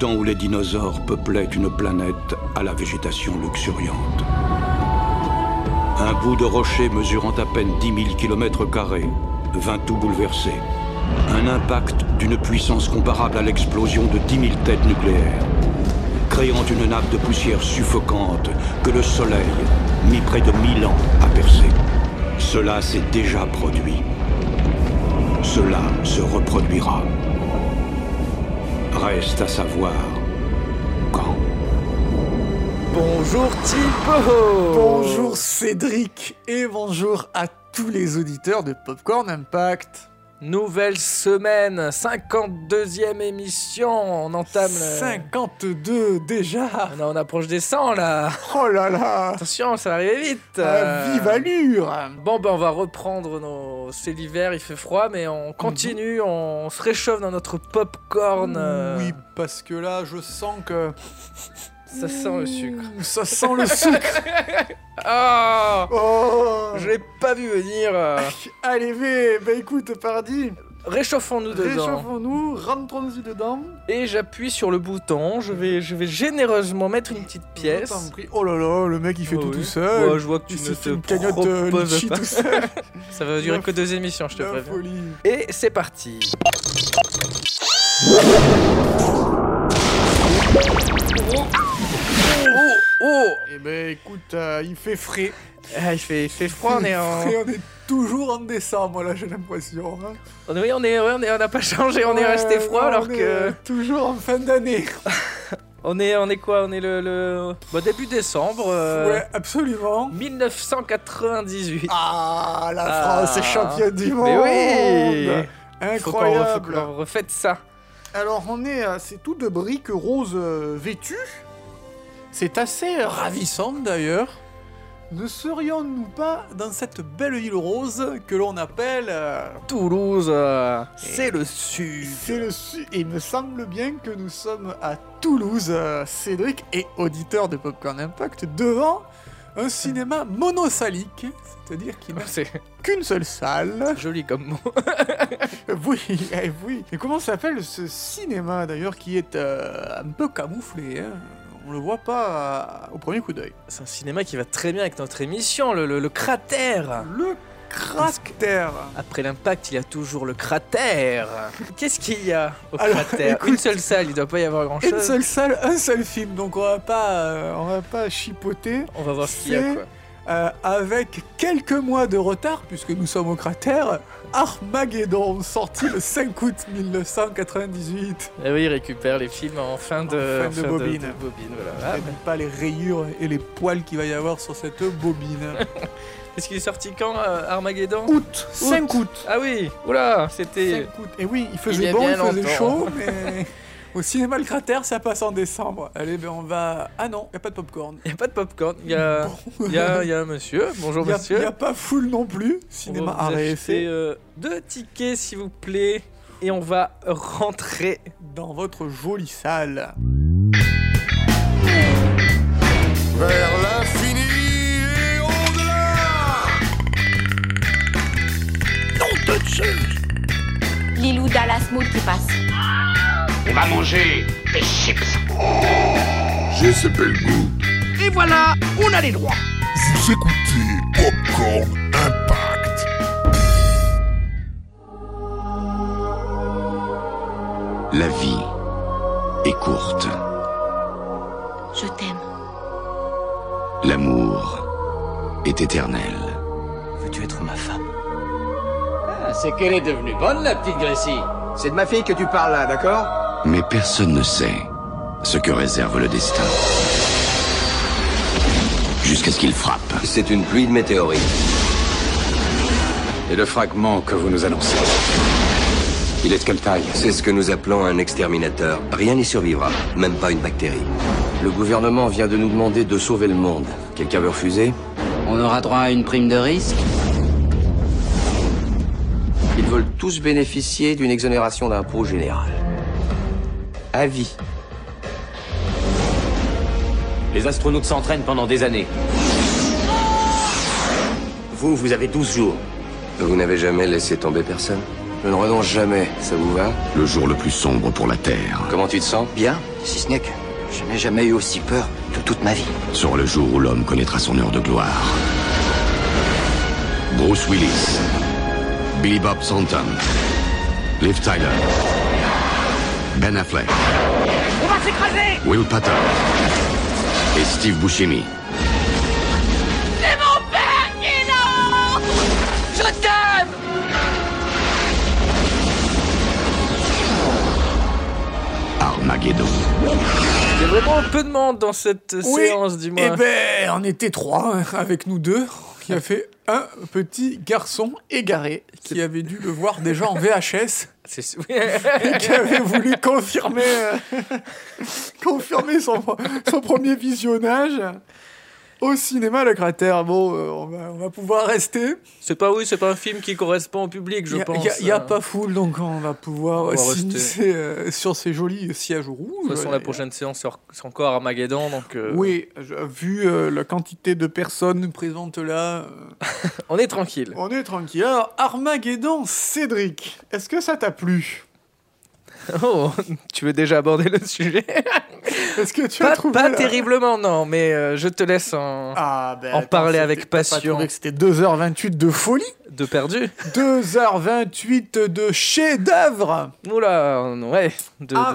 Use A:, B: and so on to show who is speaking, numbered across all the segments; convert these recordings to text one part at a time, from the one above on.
A: temps où les dinosaures peuplaient une planète à la végétation luxuriante. Un bout de rocher mesurant à peine 10 000 km vint tout bouleverser. Un impact d'une puissance comparable à l'explosion de 10 000 têtes nucléaires, créant une nappe de poussière suffocante que le Soleil mis près de 1000 ans à percer. Cela s'est déjà produit. Cela se reproduira. Reste à savoir quand.
B: Bonjour Thibaut
C: Bonjour Cédric et bonjour à tous les auditeurs de Popcorn Impact.
B: Nouvelle semaine, 52e émission, on entame le... Ah,
C: 52 déjà
B: On, a- on approche des 100 là
C: Oh là là
B: Attention, ça va arriver vite
C: À
B: euh.
C: Ah, vive allure
B: Bon ben on va reprendre nos... C'est l'hiver, il fait froid, mais on continue, on se réchauffe dans notre popcorn. euh,
C: Mhm. Oui, parce que là, je sens que
B: Ça sent le sucre.
C: ça sent le sucre
B: Oh
C: Oh
B: Je l'ai pas vu venir euh.
C: Allez, V, bah écoute, pardi,
B: Réchauffons-nous dedans
C: réchauffons-nous, rentrons-y dedans.
B: Et j'appuie sur le bouton, je vais, je vais généreusement mettre une petite
C: Je t'en
B: pièce.
C: prie. Oh là là, le mec il fait
B: Ah
C: tout
B: oui.
C: tout seul.
B: Ouais, je vois que tu
C: Il
B: ne
C: s'est
B: te
C: fait une cagnotte euh,
B: proposes
C: litchi
B: pas.
C: tout seul.
B: Ça va durer que deux émissions, je te
C: La
B: préviens.
C: folie.
B: Et c'est parti. Oh, oh
C: Eh ben écoute, euh, il fait frais.
B: Ah, il, fait, il fait froid, on est en...
C: Frais, on est toujours en décembre là, j'ai l'impression. hein.
B: On est, oui, on est, on est- on n'a pas changé, on est
C: Ouais,
B: resté froid
C: non, on
B: alors
C: est,
B: que...
C: euh, toujours en fin d'année.
B: On est, on est quoi On est le... le... Bah, début décembre. euh,
C: Ouais, absolument.
B: 1998.
C: Ah, la
B: Ah.
C: France est championne du monde.
B: Mais oui Faut qu'on re- faut
C: Incroyable.
B: qu'on refaites ça.
C: Alors on est, euh, c'est tout de briques roses euh, vêtues. C'est assez ravissant d'ailleurs. Ne serions-nous pas dans cette belle île rose que l'on appelle euh,
B: Toulouse, euh, c'est le sud.
C: C'est le su- Il me semble bien que nous sommes à Toulouse, euh, Cédric et auditeur de Popcorn Impact, devant un cinéma monosalique, c'est-à-dire qu'il n'a
B: C'est
C: qu'une seule salle.
B: joli comme mot.
C: Euh, Oui, eh oui. Et comment s'appelle ce cinéma d'ailleurs qui est euh, un peu camouflé hein On le voit pas euh, au premier coup d'œil.
B: C'est un cinéma qui va très bien avec notre émission, le, le- le cratère.
C: Le cratère.
B: Après l'impact, il y a toujours le cratère. Qu'est-ce qu'il y a au
C: Alors,
B: cratère
C: écoute-
B: Une seule salle, il doit pas y avoir grand-chose.
C: Une seule salle, un seul film, donc on va pas, euh, on va pas chipoter.
B: On va voir ce qu'il y a
C: C'est-
B: quoi.
C: Euh, avec quelques mois de retard, puisque nous sommes au cratère, Armageddon, sorti le 5 août 1998.
B: Eh oui, il récupère les films en fin de,
C: En fin de bobine.
B: de bobine, voilà. Ah,
C: Et pas les rayures et les poils qu'il va y avoir sur cette bobine.
B: Est-ce qu'il est sorti quand euh, Armageddon
C: août, 5 août.
B: Ah oui, oula, c'était.
C: 5 août. Et oui, il
B: Il y
C: faisait
B: a
C: bon,
B: bien
C: il faisait
B: longtemps.
C: chaud, mais au cinéma le cratère, ça passe en décembre. Allez, ben on va. Ah non, y a pas de popcorn.
B: Il n'y a pas de popcorn, il y a,
C: Bon.
B: il y, a, il y a un monsieur. Bonjour
C: Y a-
B: monsieur.
C: y a pas full non plus.
B: On
C: Cinéma
B: va vous
C: arrêté
B: acheter, euh, deux tickets s'il vous plaît et on va rentrer.
C: dans votre jolie salle.
D: Vers l'infini et au-delà
E: Lilou Dallas Moult qui passe.
F: On va manger des chips.
D: J'ai ce bel goût.
F: Et voilà, on a les droits.
D: Vous écoutez Popcorn Impact.
G: La vie est courte.
E: Je t'aime.
G: L'amour est éternel.
H: Veux-tu être ma femme
I: C'est qu'elle est devenue bonne, la petite Gracie.
H: C'est de ma fille que tu parles là, d'accord
G: Mais personne ne sait ce que réserve le destin. Jusqu'à ce qu'il frappe.
H: C'est une pluie de météorites.
G: Et le fragment que vous nous annoncez. Il est de quelle taille
H: C'est ce que nous appelons un exterminateur. Rien n'y survivra, même pas une bactérie. Le gouvernement vient de nous demander de sauver le monde. Quelqu'un veut refuser
I: On aura droit à une prime de risque.
H: Ils veulent tous bénéficier d'une exonération d'impôt général. À vie. Les astronautes s'entraînent pendant des années. Vous, vous avez 12 jours. Vous n'avez jamais laissé tomber personne Je ne renonce jamais, ça vous va
G: Le jour le plus sombre pour la Terre.
H: Comment tu te sens Bien. Si ce n'est que je n'ai jamais eu aussi peur de toute ma vie.
J: Sur le jour où l'homme connaîtra son heure de gloire. Bruce Willis, Billy Bob Thornton, Liv Tyler, Ben Affleck,
F: On va s'écraser
J: Will Patton et Steve Buscemi.
F: C'est mon père qui non Je t'aime
J: Armageddon.
B: Il y a vraiment peu de monde dans cette séance, dis-moi.
C: Eh ben, on était trois hein, avec nous deux. Il y a fait un petit garçon égaré qui avait dû le voir déjà en VHS. et qui avait voulu confirmer, euh, confirmer son, son premier visionnage au cinéma Le Cratère. Bon, euh, on, va, on va pouvoir rester.
B: C'est pas oui, c'est pas un film qui correspond au public, je
C: Il y a-
B: pense.
C: Il y a- il y a,
B: Euh,
C: pas foule, donc on va pouvoir
B: On va
C: euh,
B: rester.
C: s'immiscer, euh, sur ces jolis sièges
B: De
C: rouges.
B: toute façon, la prochaine séance, c'est en- c'est encore Armageddon, donc. euh,
C: Oui, je- vu euh, la quantité de personnes présentes là. euh,
B: on est tranquille.
C: On est tranquille. Alors, Armageddon, Cédric, est-ce que ça t'a plu
B: Oh, tu veux déjà aborder le sujet
C: Est-ce que tu as
B: Pas,
C: trouvé
B: pas
C: la-
B: terriblement, non, mais euh, je te laisse en,
C: Ah, ben,
B: en
C: attends,
B: parler
C: c'était-
B: avec
C: t'as pas
B: passion.
C: trouvé que C'était 2h28 de folie
B: De perdu
C: 2h28 de chef-d'œuvre
B: Oula, on- ouais. De, de-
C: Ah.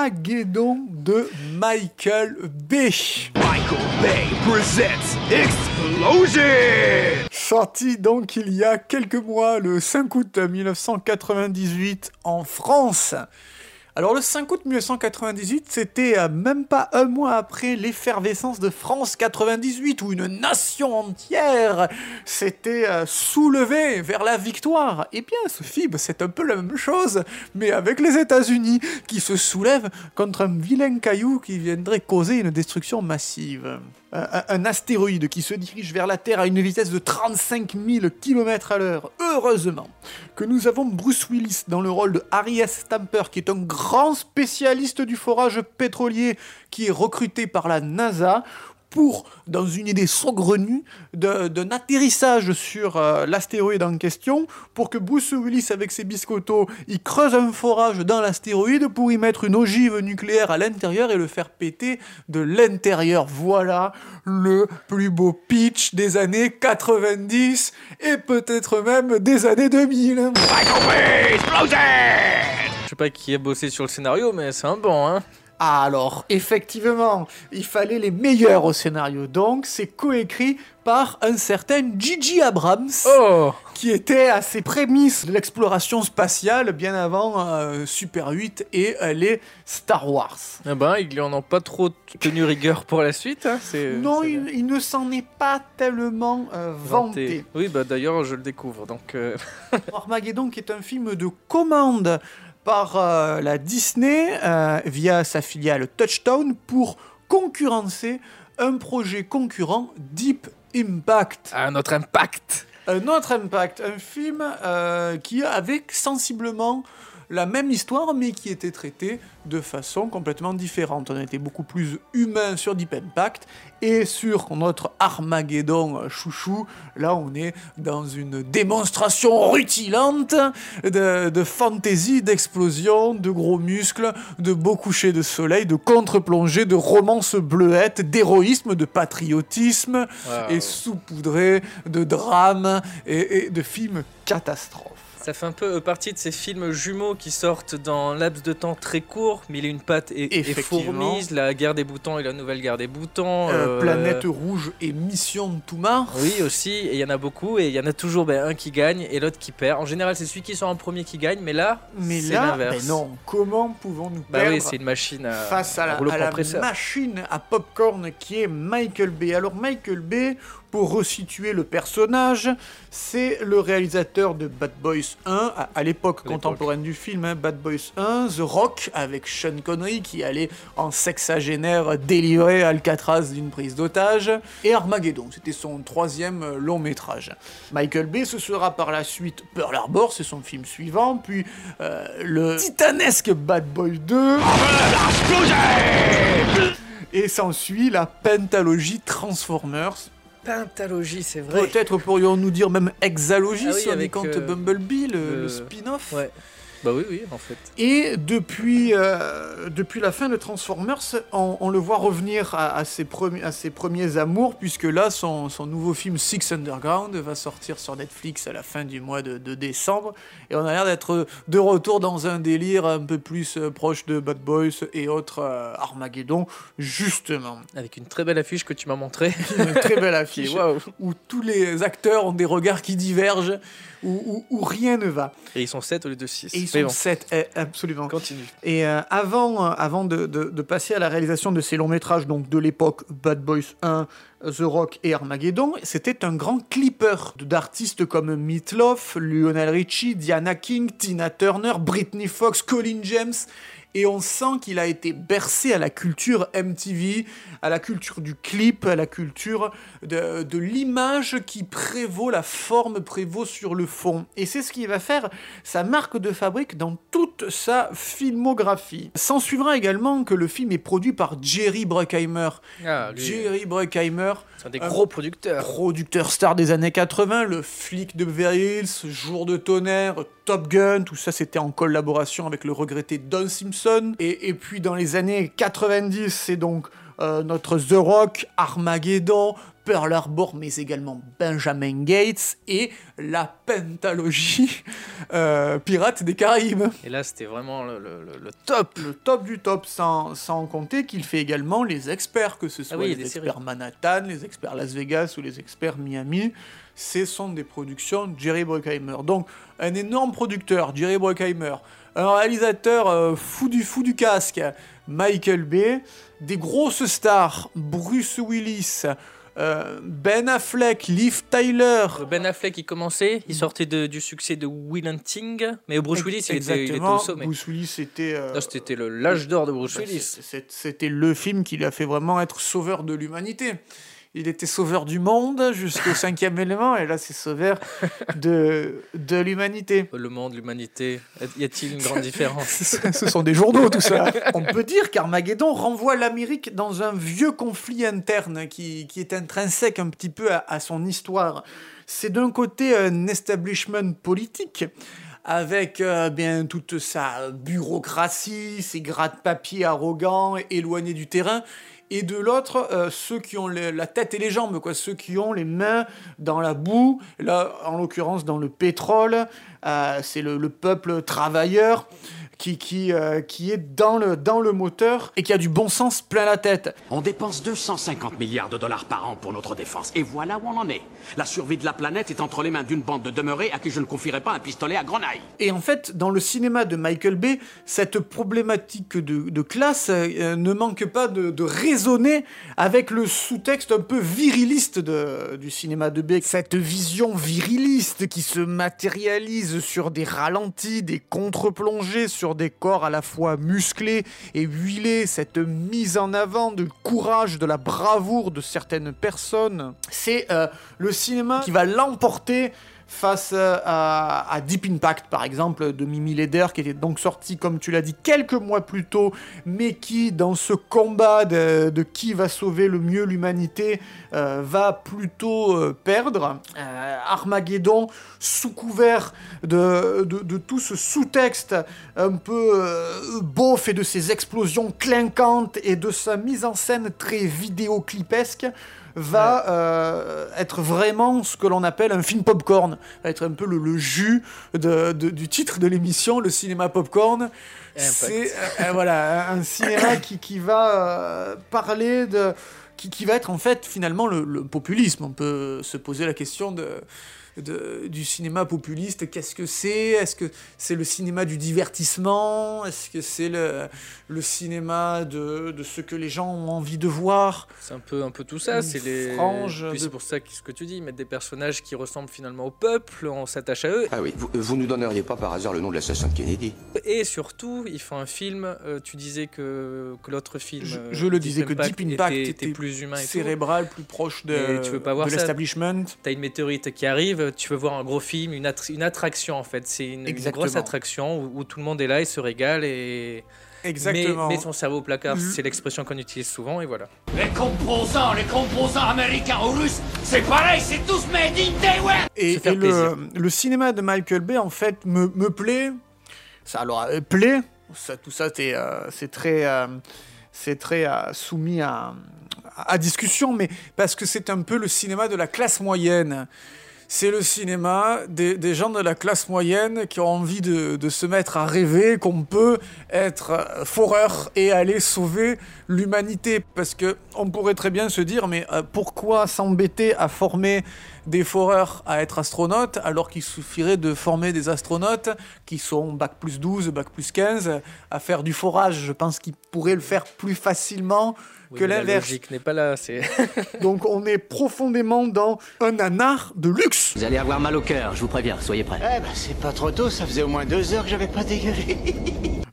C: Armageddon de Michael Bay.
F: Bay presents Explosion
C: Sorti donc il y a quelques mois, le 5 août 1998 en France. Alors le 5 août 1998, c'était euh, même pas un mois après l'effervescence de France 98 où une nation entière s'était euh, soulevée vers la victoire. Eh bien, ce film, c'est un peu la même chose, mais avec les États-Unis qui se soulèvent contre un vilain caillou qui viendrait causer une destruction massive. Un, un- un astéroïde qui se dirige vers la Terre à une vitesse de 35 000 km à l'heure. Heureusement que nous avons Bruce Willis dans le rôle de Harry S. Stamper, qui est un grand spécialiste du forage pétrolier, qui est recruté par la NASA pour, dans une idée saugrenue, de- d'un atterrissage sur euh, l'astéroïde en question, pour que Bruce Willis, avec ses biscottos, il creuse un forage dans l'astéroïde pour y mettre une ogive nucléaire à l'intérieur et le faire péter de l'intérieur. Voilà le plus beau pitch des années 90 et peut-être même des années 2000.
B: Je sais pas qui a bossé sur le scénario, mais c'est un bon, hein.
C: Ah, Alors, effectivement, il fallait les meilleurs au scénario. Donc, c'est coécrit par un certain Gigi Abrams,
B: Oh
C: qui était à ses prémices de l'exploration spatiale bien avant euh, Super 8 et euh, les Star Wars.
B: Eh ben, ils lui en ont pas trop tenu rigueur pour la suite, hein. c'est-
C: non,
B: c'est-
C: il, il ne s'en est pas tellement euh, vanté.
B: vanté. Oui, bah d'ailleurs, je le découvre, donc. euh,
C: Armageddon qui est un film de commande par euh, la Disney euh, via sa filiale Touchdown pour concurrencer un projet concurrent Deep Impact.
B: Un autre impact
C: Un autre impact, un film euh, qui avait sensiblement la même histoire mais qui était traité de façon complètement différente. On était beaucoup plus humain sur Deep Impact et sur notre Armageddon euh, chouchou, là on est dans une démonstration rutilante de, de fantaisie, d'explosion, de gros muscles, de beaux couchers de soleil, de contre-plongée, de romance bleuette, d'héroïsme, de patriotisme
B: Waouh.
C: et saupoudré de drames et, et de films catastrophes.
B: Ça fait un peu euh, partie de ces films jumeaux qui sortent dans un laps de temps très court, mais il a une patte et, et
C: Effectivement.
B: fourmise, la guerre des boutons et la nouvelle guerre des boutons.
C: Euh,
B: euh,
C: Planète Rouge et Mission to Mars.
B: Oui, aussi, et il y en a beaucoup, et il y en a toujours ben, un qui gagne et l'autre qui perd. En général, c'est celui qui sort en premier qui gagne, mais là,
C: Mais
B: c'est
C: là,
B: l'inverse.
C: ben non, comment pouvons-nous
B: Bah
C: perdre
B: oui, c'est une machine à,
C: face à la,
B: rouleau
C: à la
B: compresseur.
C: machine à popcorn qui est Michael Bay. Alors Michael Bay, pour resituer le personnage, c'est le réalisateur de Bad Boys 1, à, à l'époque contemporaine du film, hein, Bad Boys 1, The Rock, avec Sean Connery qui allait en sexagénaire délivrer Alcatraz d'une prise d'otage, et Armageddon, c'était son troisième euh, long métrage. Michael Bay, ce sera par la suite Pearl Harbor, c'est son film suivant, puis euh, le titanesque Bad Boys 2. Et s'ensuit la pentalogie Transformers.
B: Pentalogie, c'est vrai.
C: Peut-être pourrions-nous dire même
B: Ah
C: hexalogie
B: oui,
C: si on y
B: avec,
C: compte
B: euh,
C: Bumblebee, le,
B: le-
C: le spin-off.
B: Ouais. Bah oui, oui, en fait.
C: Et depuis, euh, depuis la fin de Transformers, on, on le voit revenir à, à ses premi- à ses premiers amours, puisque là, son, son nouveau film Six Underground va sortir sur Netflix à la fin du mois de, de décembre. Et on a l'air d'être de retour dans un délire un peu plus euh, proche de Bad Boys et autres euh, Armageddon, justement.
B: Avec une très belle affiche que tu m'as montrée.
C: une très belle affiche où tous les acteurs ont des regards qui divergent, où, où- où rien ne va.
B: Et ils sont 7 au lieu de 6.
C: Et ils sont sept, eh, absolument.
B: Continue.
C: Et euh, avant, euh, avant de, de- de passer à la réalisation de ces longs métrages, donc de l'époque Bad Boys 1, The Rock et Armageddon, c'était un grand clipper de- d'artistes comme Meatloaf, Lionel Richie, Diana King, Tina Turner, Britney Fox, Colin James. Et on sent qu'il a été bercé à la culture MTV, à la culture du clip, à la culture de, de l'image qui prévaut, la forme prévaut sur le fond. Et c'est ce qui va faire sa marque de fabrique dans toute sa filmographie. S'en suivra également que le film est produit par Jerry Bruckheimer.
B: Ah, lui.
C: Jerry Bruckheimer.
B: C'est un des gros producteurs.
C: Producteur star des années 80, le flic de Beverly Hills, Jour de tonnerre, Top Gun, tout ça c'était en collaboration avec le regretté Don Simpson. Et, et puis dans les années 90, c'est donc euh, notre The Rock, Armageddon, Pearl Harbor, mais également Benjamin Gates et la pentalogie euh, pirate des Caraïbes.
B: Et là, c'était vraiment le, le- le- le
C: Top, le top du top, sans, sans compter qu'il fait également les experts, que ce soit
B: Ah oui, il y a
C: les
B: des
C: experts Manhattan, les experts Las Vegas ou les experts Miami. Ce sont des productions de Jerry Bruckheimer. Donc, un énorme producteur, Jerry Bruckheimer, un réalisateur euh, fou, du, fou du casque, Michael Bay, des grosses stars, Bruce Willis, euh, Ben Affleck, Liv Tyler,
B: Ben Affleck, il commençait,
C: Mm.
B: il sortait de- du succès de Will Hunting, mais Bruce Willis, il était, il était
C: Exactement,
B: au sommet.
C: Bruce Willis était. euh,
B: Là, c'était le- l'âge d'or de Bruce
C: Bah,
B: Willis.
C: c'est- c'est- C'était le film qui l'a fait vraiment être sauveur de l'humanité. Il était sauveur du monde jusqu'au cinquième élément, et là c'est sauveur de, de l'humanité.
B: Le monde, l'humanité, y a-t-il une grande différence
C: Ce sont des journaux, tout ça. On peut dire qu'Armageddon renvoie l'Amérique dans un vieux conflit interne qui, qui est intrinsèque un petit peu à, à son histoire. C'est d'un côté un establishment politique, avec euh, bien toute sa bureaucratie, ses gratte-papiers arrogants, éloignés du terrain, et de l'autre, euh, ceux qui ont le- la tête et les jambes, quoi, ceux qui ont les mains dans la boue, là, en l'occurrence dans le pétrole, euh, c'est le, le peuple travailleur qui, qui, euh, qui est dans le, dans le moteur et qui a du bon sens plein la tête.
K: On dépense 250 milliards de dollars par an pour notre défense. Et voilà où on en est. La survie de la planète est entre les mains d'une bande de demeurés à qui je ne confierai pas un pistolet à grenaille.
C: Et en fait, dans le cinéma de Michael Bay, cette problématique de, de classe euh, ne manque pas de, de résonner avec le sous-texte un peu viriliste de- du cinéma de Bay. Cette vision viriliste qui se matérialise sur des ralentis, des contre-plongées, sur des corps à la fois musclés et huilés, cette mise en avant du courage, de la bravoure de certaines personnes. C'est euh, le cinéma qui va l'emporter face euh, à, à Deep Impact, par exemple, de Mimi Leder, qui était donc sorti, comme tu l'as dit, quelques mois plus tôt, mais qui, dans ce combat de, de qui va sauver le mieux l'humanité, euh, va plutôt euh, perdre. Euh, Armageddon, sous couvert de, de- de tout ce sous-texte un peu euh, beauf et de ses explosions clinquantes et de sa mise en scène très vidéoclipesque, va euh, être vraiment ce que l'on appelle un film popcorn, va être un peu le, le jus de- de- du titre de l'émission, le cinéma popcorn. C'est euh, euh, voilà un un cinéma qui, qui va euh, parler de qui, qui va être en fait finalement le, le populisme. On peut se poser la question de, de- du cinéma populiste. Qu'est-ce que c'est Est-ce que c'est le cinéma du divertissement Est-ce que c'est le, le cinéma de, de ce que les gens ont envie de voir
B: C'est un peu, un peu tout ça.
C: Une
B: C'est les.
C: frange
B: Puis
C: de-
B: c'est pour ça que ce que tu dis, mettre des personnages qui ressemblent finalement au peuple, on s'attache à eux.
H: Ah oui, vous, vous nous donneriez pas par hasard le nom de l'assassin de Kennedy
B: Et surtout, il faut un film. euh, tu disais que, que l'autre film.
C: Je,
B: euh,
C: je le
B: Deep
C: disais que Deep Impact
B: était,
C: était,
B: était plus humain. Et tout.
C: cérébral, plus proche de,
B: Mais tu veux pas voir
C: de
B: ça.
C: l'establishment.
B: T'as une météorite qui arrive, tu veux voir un gros film, une, attr- une attraction en fait. C'est une, une
C: Exactement.
B: grosse attraction où, où tout le monde est là et se régale et.
C: Exactement. Mm-hmm.
B: Mais, mets son cerveau au placard,
K: Mhm.
B: c'est l'expression qu'on utilise souvent et voilà.
K: Les composants, les composants américains ou russes, c'est pareil, c'est tous made in Taiwan
C: Et, et le, le cinéma de Michael Bay, en fait, me, me plaît ça leur a plaît. Ça, tout ça, c'est euh, c'est très, euh, c'est très euh, soumis à, à discussion, mais parce que c'est un peu le cinéma de la classe moyenne. C'est le cinéma des, des gens de la classe moyenne qui ont envie de, de se mettre à rêver qu'on peut être euh, foreur et aller sauver l'humanité. Parce que on pourrait très bien se dire, mais euh, pourquoi s'embêter à former des foreurs à être astronautes alors qu'il suffirait de former des astronautes qui sont bac plus 12, bac plus 15 à faire du forage Je pense qu'ils pourraient le faire plus facilement
B: Oui,
C: que
B: mais La
C: l'inverse.
B: logique n'est pas là. C'est.
C: Donc on est profondément dans un nanar de luxe.
L: Vous allez avoir mal au cœur, je vous préviens, soyez prêts. Eh ben, c'est pas trop tôt, ça faisait au moins deux heures que j'avais pas dégueulé.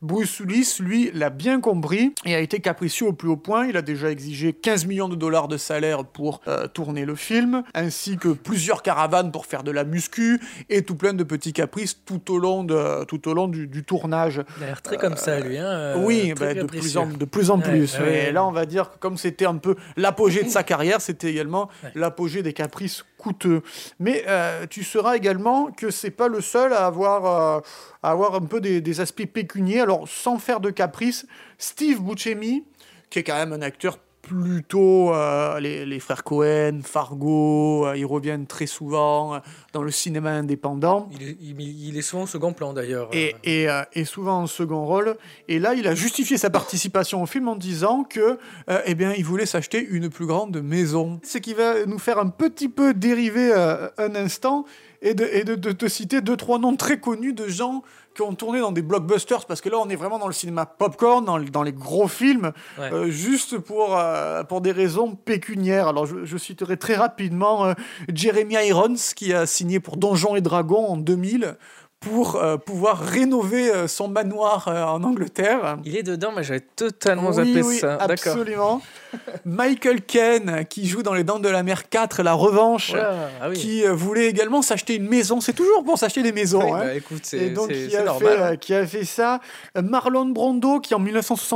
C: Bruce Willis, lui, l'a bien compris et a été capricieux au plus haut point. Il a déjà exigé 15 millions de dollars de salaire pour euh, tourner le film, ainsi que plusieurs caravanes pour faire de la muscu et tout plein de petits caprices tout au long, de, tout au long du, du tournage.
B: Il a l'air très comme ça, lui. Hein,
C: oui,
B: euh, très
C: bah, de,
B: capricieux.
C: plus en, de plus en
B: Ouais,
C: plus.
B: ouais, ouais.
C: Et là, on va dire que comme c'était un peu l'apogée de sa carrière, c'était également l'apogée des caprices coûteux. Mais euh, tu sauras également que c'est pas le seul à avoir, euh, à avoir un peu des, des aspects pécuniers. Alors, sans faire de caprices, Steve Buscemi, qui est quand même un acteur plutôt euh, les, les frères Cohen, Fargo, euh, ils reviennent très souvent euh, dans le cinéma indépendant
B: Il est, il- il est souvent au second plan d'ailleurs.
C: et, et, euh, et souvent en second rôle. Et là, il a justifié sa participation au film en disant que, euh, eh bien, il voulait s'acheter une plus grande maison. Ce qui va nous faire un petit peu dériver euh, un instant et de, et de- de te citer deux trois noms très connus de gens qui ont tourné dans des blockbusters parce que là, on est vraiment dans le cinéma popcorn, dans, le- dans les gros films,
B: Ouais.
C: euh, juste pour euh, pour des raisons pécuniaires. Alors, je, je citerai très rapidement euh, Jeremy Irons qui a signé pour Donjons et Dragons en 2000 pour euh, pouvoir rénover euh, son manoir euh, en Angleterre.
B: Il est dedans, mais j'avais totalement
C: oui,
B: zappé
C: oui,
B: ça. D'accord.
C: Absolument. Michael Ken, qui joue dans Les Dents de la Mer 4, La Revanche,
B: Oula, ah oui.
C: qui euh, voulait également s'acheter une maison. C'est toujours pour s'acheter des maisons.
B: Oui,
C: hein.
B: bah, écoute, c'est-
C: Et donc,
B: c'est-
C: qui
B: c'est
C: a, fait,
B: normal. hein.
C: euh, qui a fait ça. Euh, Marlon Brando, qui en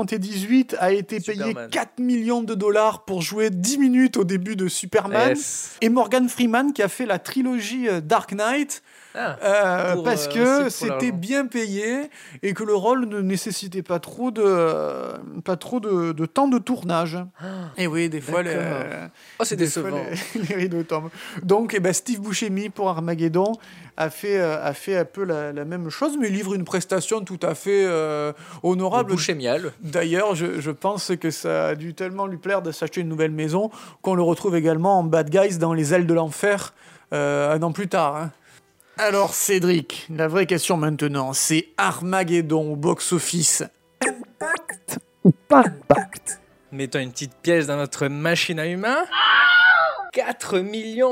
C: 1978 a été payé 4 millions de dollars pour jouer 10 minutes au début de Superman.
B: Yes.
C: Et Morgan Freeman, qui a fait la trilogie euh, Dark Knight.
B: Ah,
C: Euh,
B: pour,
C: parce
B: euh,
C: que
B: aussi pour
C: c'était
B: l'argent.
C: bien payé et que le rôle ne nécessitait pas trop de, euh, pas trop de, de temps de tournage. et oui, des fois, les,
B: Ah. d'accord. Oh, c'est
C: des fois,
B: décevant.
C: les- les rideaux tombent. Donc, eh ben, Steve Buscemi pour Armageddon a fait, euh, a fait un peu la, la même chose, mais il livre une prestation tout à fait euh, honorable.
B: Buscemial.
C: D'ailleurs, je, je pense que ça a dû tellement lui plaire de s'acheter une nouvelle maison qu'on le retrouve également en Bad Guys dans Les Ailes de l'Enfer euh, un an plus tard. hein. Alors Cédric, la vraie question maintenant, c'est Armageddon au box-office.
B: Mettons une petite pièce dans notre machine à humains. 4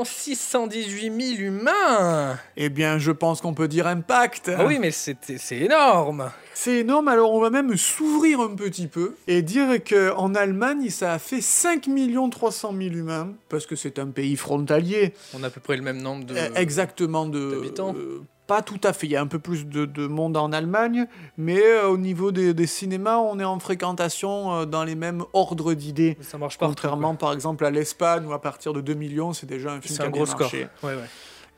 B: 618 000 humains
C: Eh bien, je pense qu'on peut dire impact.
B: Ah oui, mais c'était- c'est énorme
C: C'est énorme, alors on va même s'ouvrir un petit peu et dire qu'en Allemagne, ça a fait 5 300 000 humains, parce que c'est un pays frontalier.
B: On a à peu près le même nombre de...
C: Euh, exactement de euh, pas tout à fait, il y a un peu plus de, de monde en Allemagne, mais euh, au niveau des, des cinémas, on est en fréquentation euh, dans les mêmes ordres d'idées.
B: Ça marche
C: pas. Contrairement par exemple à l'Espagne où à partir de 2 millions, c'est déjà un film qui
B: C'est un
C: a
B: gros
C: bien
B: score.
C: marché.
B: Ouais, ouais.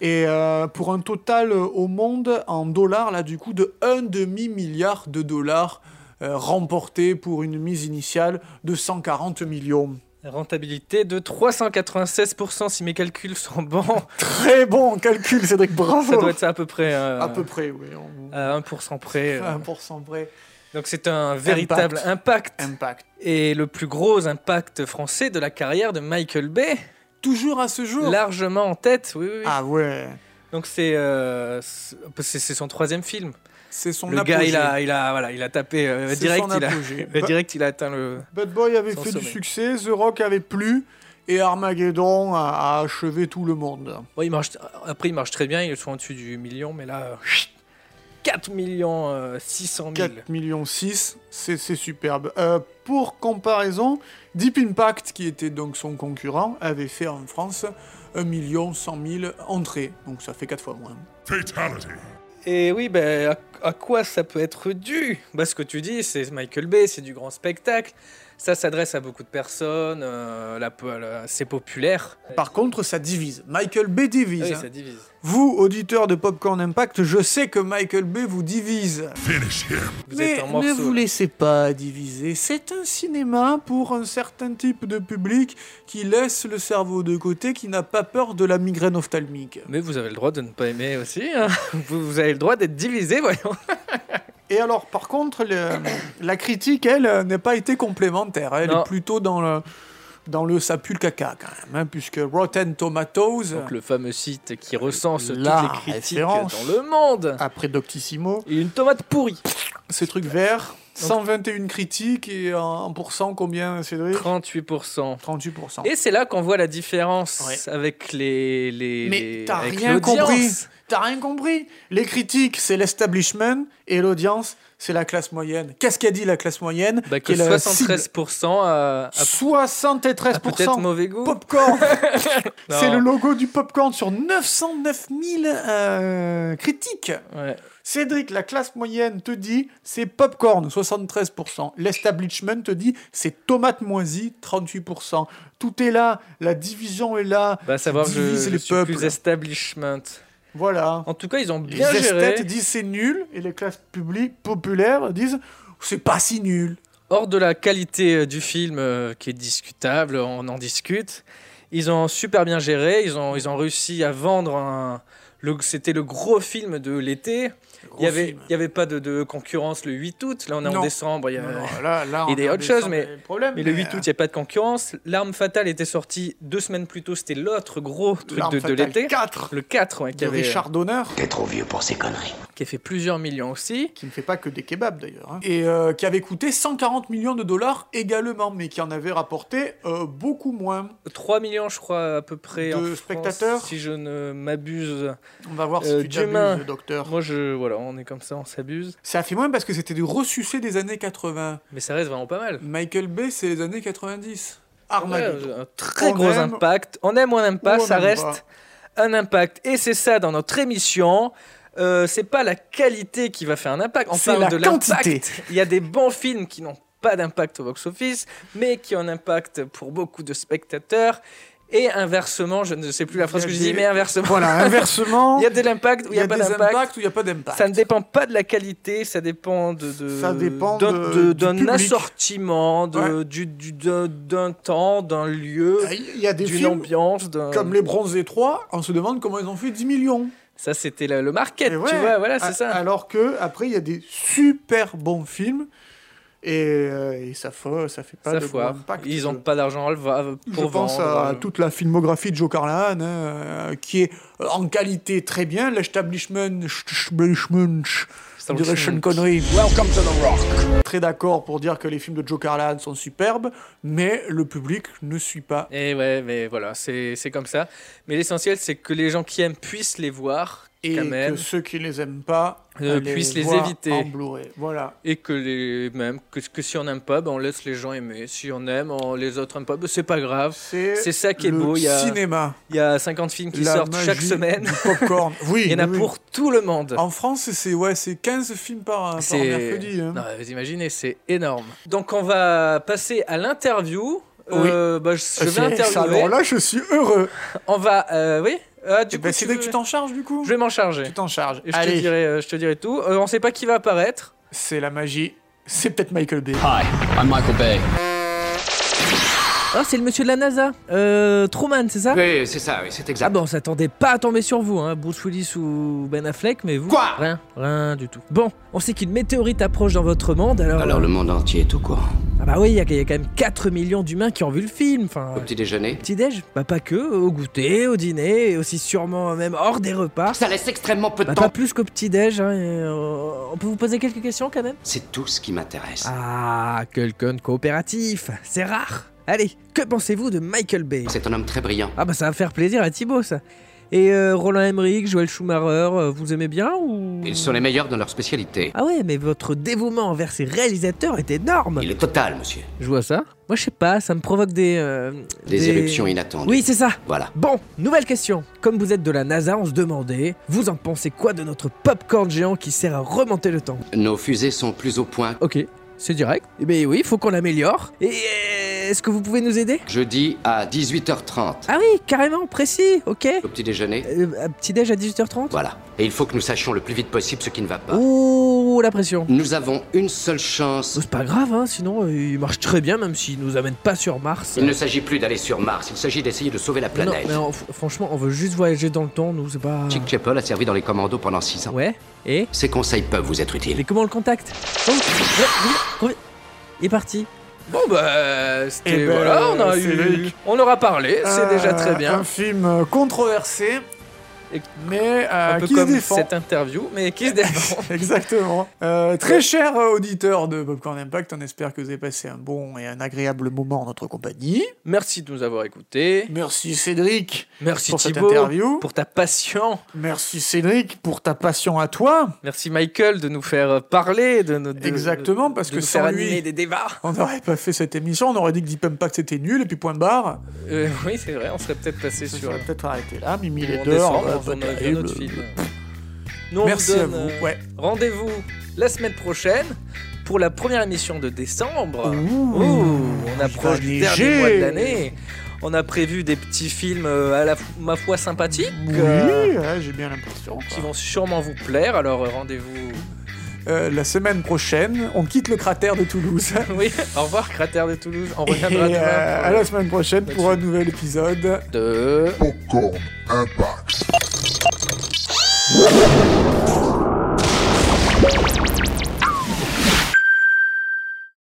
C: Et euh, pour un total euh, au monde en dollars, là du coup, de 1,5 milliard de dollars euh, remportés pour une mise initiale de 140 millions.
B: Rentabilité de 396% si mes calculs sont bons.
C: Oh. Très bon calcul, Cédric, bravo
B: Ça doit être ça à peu près. euh,
C: À peu près, oui. on-
B: À 1% près. euh.
C: 1% près.
B: Donc c'est un véritable impact.
C: Impact.
B: Et le plus gros impact français de la carrière de Michael Bay.
C: Toujours à ce jour.
B: Largement en tête, oui, oui.
C: Ah ouais.
B: Donc c'est euh, c'est c'est son troisième film.
C: C'est son
B: Le gars,
C: apogée.
B: il a, il a, voilà, il a tapé euh,
C: C'est
B: direct.
C: son
B: Il a,
C: apogée. Bah.
B: euh, direct, il a atteint le.
C: Bad Boy avait
B: Son
C: fait du
B: sommet.
C: succès, The Rock avait plu, et Armageddon a, a achevé tout le monde.
B: Bon, il marche, après, il marche très bien. Il est souvent au-dessus du million, mais là, euh, chut, 4 millions euh, 600 000.
C: 4 millions 6, c'est c'est superbe. Euh, pour comparaison, Deep Impact, qui était donc son concurrent, avait fait en France 1 million 100 000 entrées, donc ça fait 4 fois moins.
D: Fatality.
B: Et oui, ben à, à quoi ça peut être dû Bah, ce que tu dis, c'est Michael Bay, c'est du grand spectacle. ça s'adresse à beaucoup de personnes, euh, la po- la- c'est populaire. Ah
C: Par contre, ça divise. Michael Bay divise.
B: Oui,
C: hein.
B: ça divise.
C: Vous, auditeurs de Popcorn Impact, je sais que Michael Bay vous divise.
B: Vous
C: Mais
B: êtes un
C: ne
B: morceau.
C: vous laissez pas diviser. C'est un cinéma pour un certain type de public qui laisse le cerveau de côté, qui n'a pas peur de la migraine ophtalmique.
B: Mais vous avez le droit de ne pas aimer aussi. hein. Vous, vous avez le droit d'être divisé, voyons.
C: Et alors, par contre, le- la critique, elle, euh, n'a pas été complémentaire. Elle
B: Non.
C: est plutôt dans le, dans le ça pue le caca, quand même, hein, puisque Rotten Tomatoes.
B: Donc le fameux site qui recense
C: Euh, la
B: toutes les critiques
C: référence Ah.
B: dans le monde.
C: Après Doctissimo.
B: Et une tomate pourrie.
C: Ces trucs verts. 121 critiques et en en pourcent combien, Cédric
B: 38%.
C: 38%.
B: Et c'est là qu'on voit la différence avec les, les,
C: Mais
B: les-
C: t'as
B: avec
C: rien
B: l'audience.
C: compris. T'as rien compris. Les critiques, c'est l'establishment et l'audience, c'est la classe moyenne. Qu'est-ce qu'a dit la classe moyenne
B: Bah,
C: Qui
B: que
C: est la
B: 73% a, a- a
C: 73
B: peut-être mauvais goût.
C: Popcorn.
B: Non.
C: C'est le logo du popcorn sur 909 000 euh, critiques. Cédric, la classe moyenne te dit c'est popcorn 73%. L'establishment te dit c'est tomate moisie 38%. Tout est là, la division est là.
B: Bah, savoir que je,
C: divise
B: je
C: les
B: suis
C: peuples.
B: plus establishment.
C: Voilà.
B: En tout cas, ils ont
C: Les
B: bien géré.
C: esthètes disent c'est nul et les classes publiques populaires disent c'est pas si nul.
B: Hors de la qualité euh, du film euh, qui est discutable, on en discute. Ils ont super bien géré, ils ont, ils ont réussi à vendre un. le- C'était le gros film de l'été. Il n'y avait, il y avait pas de, de concurrence le 8 août. Là, on est
C: Non.
B: en décembre. Il y a,
C: Non, non, là- là,
B: il y a
C: on est
B: euh, des
C: en
B: autres choses,
C: décembre,
B: mais,
C: il y a des problèmes,
B: mais le
C: mais, euh,
B: 8 août, il n'y a pas de concurrence. L'arme fatale était sortie deux semaines plus tôt. C'était l'autre gros truc
C: L'Arme
B: de, de
C: fatale
B: l'été. Le 4, ouais, qui,
C: De
B: avait, euh,
C: Richard Donner.
L: T'es trop vieux pour ces conneries.
B: qui a fait plusieurs millions aussi.
C: Qui ne fait pas que des kebabs d'ailleurs. hein. Et euh, qui avait coûté 140 millions de dollars également, mais qui en avait rapporté euh, beaucoup moins.
B: 3 millions, je crois, à peu près.
C: De
B: en France,
C: spectateurs
B: Si je ne m'abuse.
C: On va
B: Euh,
C: voir si tu t'abuses, docteur.
B: Moi, je. Voilà, on est comme ça, on s'abuse.
C: Ça a fait moins parce que c'était du ressucé des années 80.
B: Mais ça reste vraiment pas mal.
C: Michael Bay, c'est les années 90. Armageddon.
B: Ouais, un très
C: On
B: gros
C: aime
B: impact. On aime ou on n'aime pas,
C: ou on
B: ça
C: n'aime
B: reste
C: pas.
B: un impact. Et c'est ça dans notre émission. Euh, c'est pas la qualité qui va faire un impact. On
C: C'est
B: parle
C: la
B: de
C: quantité.
B: l'impact. Il y a des bons films qui n'ont pas d'impact au box-office, mais qui ont un impact pour beaucoup de spectateurs. Et inversement, je ne sais plus la phrase
C: Il
B: que
C: y a
B: je
C: des-
B: dis, mais inversement.
C: Voilà, inversement.
B: il y a de l'impact ou il n'y a, pas
C: des
B: d'impact.
C: impacts ou il n'y a pas d'impact.
B: Ça ne dépend pas de la qualité, ça dépend de, de-
C: Ça dépend
B: d'un,
C: de-
B: de-
C: du
B: d'un
C: public.
B: assortiment, de,
C: Ouais.
B: du, du- d'un, d'un temps, d'un lieu,
C: Ah, Il y a des
B: d'une
C: films
B: ambiance. d'un-
C: Comme les Bronzes et 3, on se demande comment ils ont fait 10 millions.
B: Ça, c'était la- le market,
C: Et
B: tu
C: ouais, Ah,
B: vois, voilà, c'est
C: a-
B: ça.
C: Alors que après, il y a des super bons films et, euh, et ça, fo- ça fait pas
B: ça
C: de gros
B: foire.
C: impact.
B: Ils n'ont pas d'argent à le va-
C: Je
B: pour
C: pense
B: vendre. euh.
C: à toute la filmographie de Joe Carnahan, hein, euh, qui est euh, en qualité très bien. L'establishment, establishment, je dirais Sean Connery.
F: Welcome to the rock.
C: Très d'accord pour dire que les films de Joe Carnahan sont superbes, mais le public ne suit pas.
B: Et ouais, mais voilà, c'est, c'est comme ça. Mais l'essentiel, c'est que les gens qui aiment puissent les voir,
C: Et
B: quand même.
C: que ceux qui les aiment pas
B: Euh,
C: allez
B: puissent les
C: voir
B: éviter.
C: en Blu-ray. Voilà.
B: Et que les même que, que si on n'aime pas, ben on laisse les gens aimer. Si on aime, on- les autres aiment pas, ben c'est pas grave.
C: C'est
B: C'est ça qui est
C: le
B: beau. Il y a,
C: cinéma.
B: Il y a 50 films qui
C: La
B: sortent chaque
C: magie
B: semaine.
C: du Ah, popcorn. Oui,
B: il y en a
C: oui, oui.
B: pour tout le monde.
C: En France, c'est ouais, c'est 15 films par, par mercredi. hein.
B: Non, vous imaginez, c'est énorme. Donc on va passer à l'interview.
C: Oui.
B: Euh, bah, je, je vais
C: C'est- Alors
B: interviewer.
C: là, je suis heureux.
B: On va, euh, oui. Ah, du
C: Eh ben,
B: coup,
C: c'est dès que tu t'en charges, du coup
B: Je vais m'en charger.
C: Tu t'en charges.
B: Et je te
C: Allez,
B: dirai, euh, je te dirai tout. Euh, on sait pas qui va apparaître.
C: c'est la magie. C'est peut-être Michael Bay.
I: I'm Michael Bay.
B: Ah, c'est le monsieur de la NASA. Euh, Truman, c'est ça
I: Oui, c'est ça, oui, c'est exact.
B: Ah bon, on s'attendait pas à tomber sur vous, hein, Bruce Willis ou Ben Affleck, mais vous
I: Quoi
B: Rien, rien du tout. Bon, on sait qu'une météorite approche dans votre monde, alors... euh,
H: Alors le monde entier est au courant.
B: Ah bah oui, il y, a- il y a quand même 4 millions d'humains qui ont vu le film, enfin...
H: Au petit déjeuner,
B: Petit-déj Bah pas que, au goûter, au dîner, et aussi sûrement même hors des repas.
I: Ça laisse extrêmement peu de
B: Bah,
I: temps.
B: pas plus qu'au petit-déj, hein, et, euh, on peut vous poser quelques questions quand même
H: c'est tout ce qui m'intéresse.
B: Ah, quelqu'un de coopératif, c'est rare Allez, que pensez-vous de Michael Bay
H: C'est un homme très brillant.
B: Ah bah ça va faire plaisir à Thibaut ça. Et euh, Roland Emmerich, Joël Schumacher, euh, vous aimez bien ou
H: Ils sont les meilleurs dans leur spécialité.
B: Ah ouais, mais votre dévouement envers ces réalisateurs est énorme.
H: Il est total, monsieur.
B: Je vois ça. Moi je sais pas, ça me provoque des euh,
H: Des éruptions inattendues.
B: Oui, c'est ça.
H: Voilà.
B: Bon, nouvelle question. Comme vous êtes de la NASA, on se demandait, vous en pensez quoi de notre popcorn géant qui sert à remonter le temps
H: Nos fusées sont plus au point
B: Ok. C'est direct. Eh ben oui, faut qu'on l'améliore. Et euh, est-ce que vous pouvez nous aider
H: Jeudi à 18h30.
B: Ah oui, carrément, précis, ok.
H: Au petit déjeuner.
B: Euh, petit déj à 18h30
H: Voilà. Et il faut que nous sachions le plus vite possible ce qui ne va pas.
B: Oh, la pression.
H: Nous avons une seule chance.
B: C'est pas grave, hein, sinon euh, il marche très bien, même s'il nous amène pas sur Mars.
H: Il ne s'agit plus d'aller sur Mars, il s'agit d'essayer de sauver la
B: Non,
H: planète.
B: mais on- f- franchement, on veut juste voyager dans le temps, nous, c'est pas.
H: Chick Chappell a servi dans les commandos pendant 6 ans.
B: Ouais, et
H: Ses conseils peuvent vous être utiles.
B: Mais comment on le contacte Oh, ouais, oui, oui, Il est parti. Bon bah, c'était
C: Eh ben,
B: voilà, on a
C: c'est
B: eu,
C: le-
B: on aura parlé, Ah, c'est
C: Euh,
B: déjà très bien.
C: Un film euh, controversé, mais euh,
B: un peu
C: qui se
B: comme
C: défend.
B: cette interview, mais qui se défend.
C: Exactement. Euh, très cher euh, auditeur de Popcorn Impact, on espère que vous avez passé un bon et un agréable moment en notre compagnie.
B: Merci de nous avoir écoutés.
C: Merci Cédric.
B: Merci
C: pour cette
B: Thibaut
C: interview.
B: pour ta patience.
C: Merci Cédric pour ta passion à toi.
B: Merci Michael de nous faire parler, de nous de-
C: Exactement, parce
B: de
C: que
B: nous faire
C: sans lui-
B: animer des débats.
C: On n'aurait pas fait cette émission, on aurait dit que Deep Impact c'était nul et puis point barre.
B: Euh, oui, c'est vrai, on serait peut-être passé sur.
C: serait peut-être arrêté là, Mimi
B: Ou en
C: Leader,
B: décembre,
C: euh,
B: on en
C: pas
B: aurait vu un
C: terrible.
B: autre film. Nous, on
C: Merci
B: vous
C: à
B: donne,
C: vous,
B: euh,
C: ouais.
B: Rendez-vous la semaine prochaine pour la première émission de décembre.
C: Ouh,
B: on
C: va
B: approche du
C: neiger.
B: dernier mois de l'année. On a prévu des petits films euh, à la f- ma foi sympathiques
C: Oui,
B: euh,
C: ouais, j'ai bien l'impression.
B: qui vont sûrement vous plaire. Alors euh, rendez-vous.
C: Euh, la semaine prochaine, on quitte le cratère de Toulouse.
B: Oui, au revoir cratère de Toulouse. On
C: Et
B: reviendra demain.
C: euh,
B: pour-
C: à la semaine prochaine pour un nouvel épisode
B: de
D: Popcorn Impact.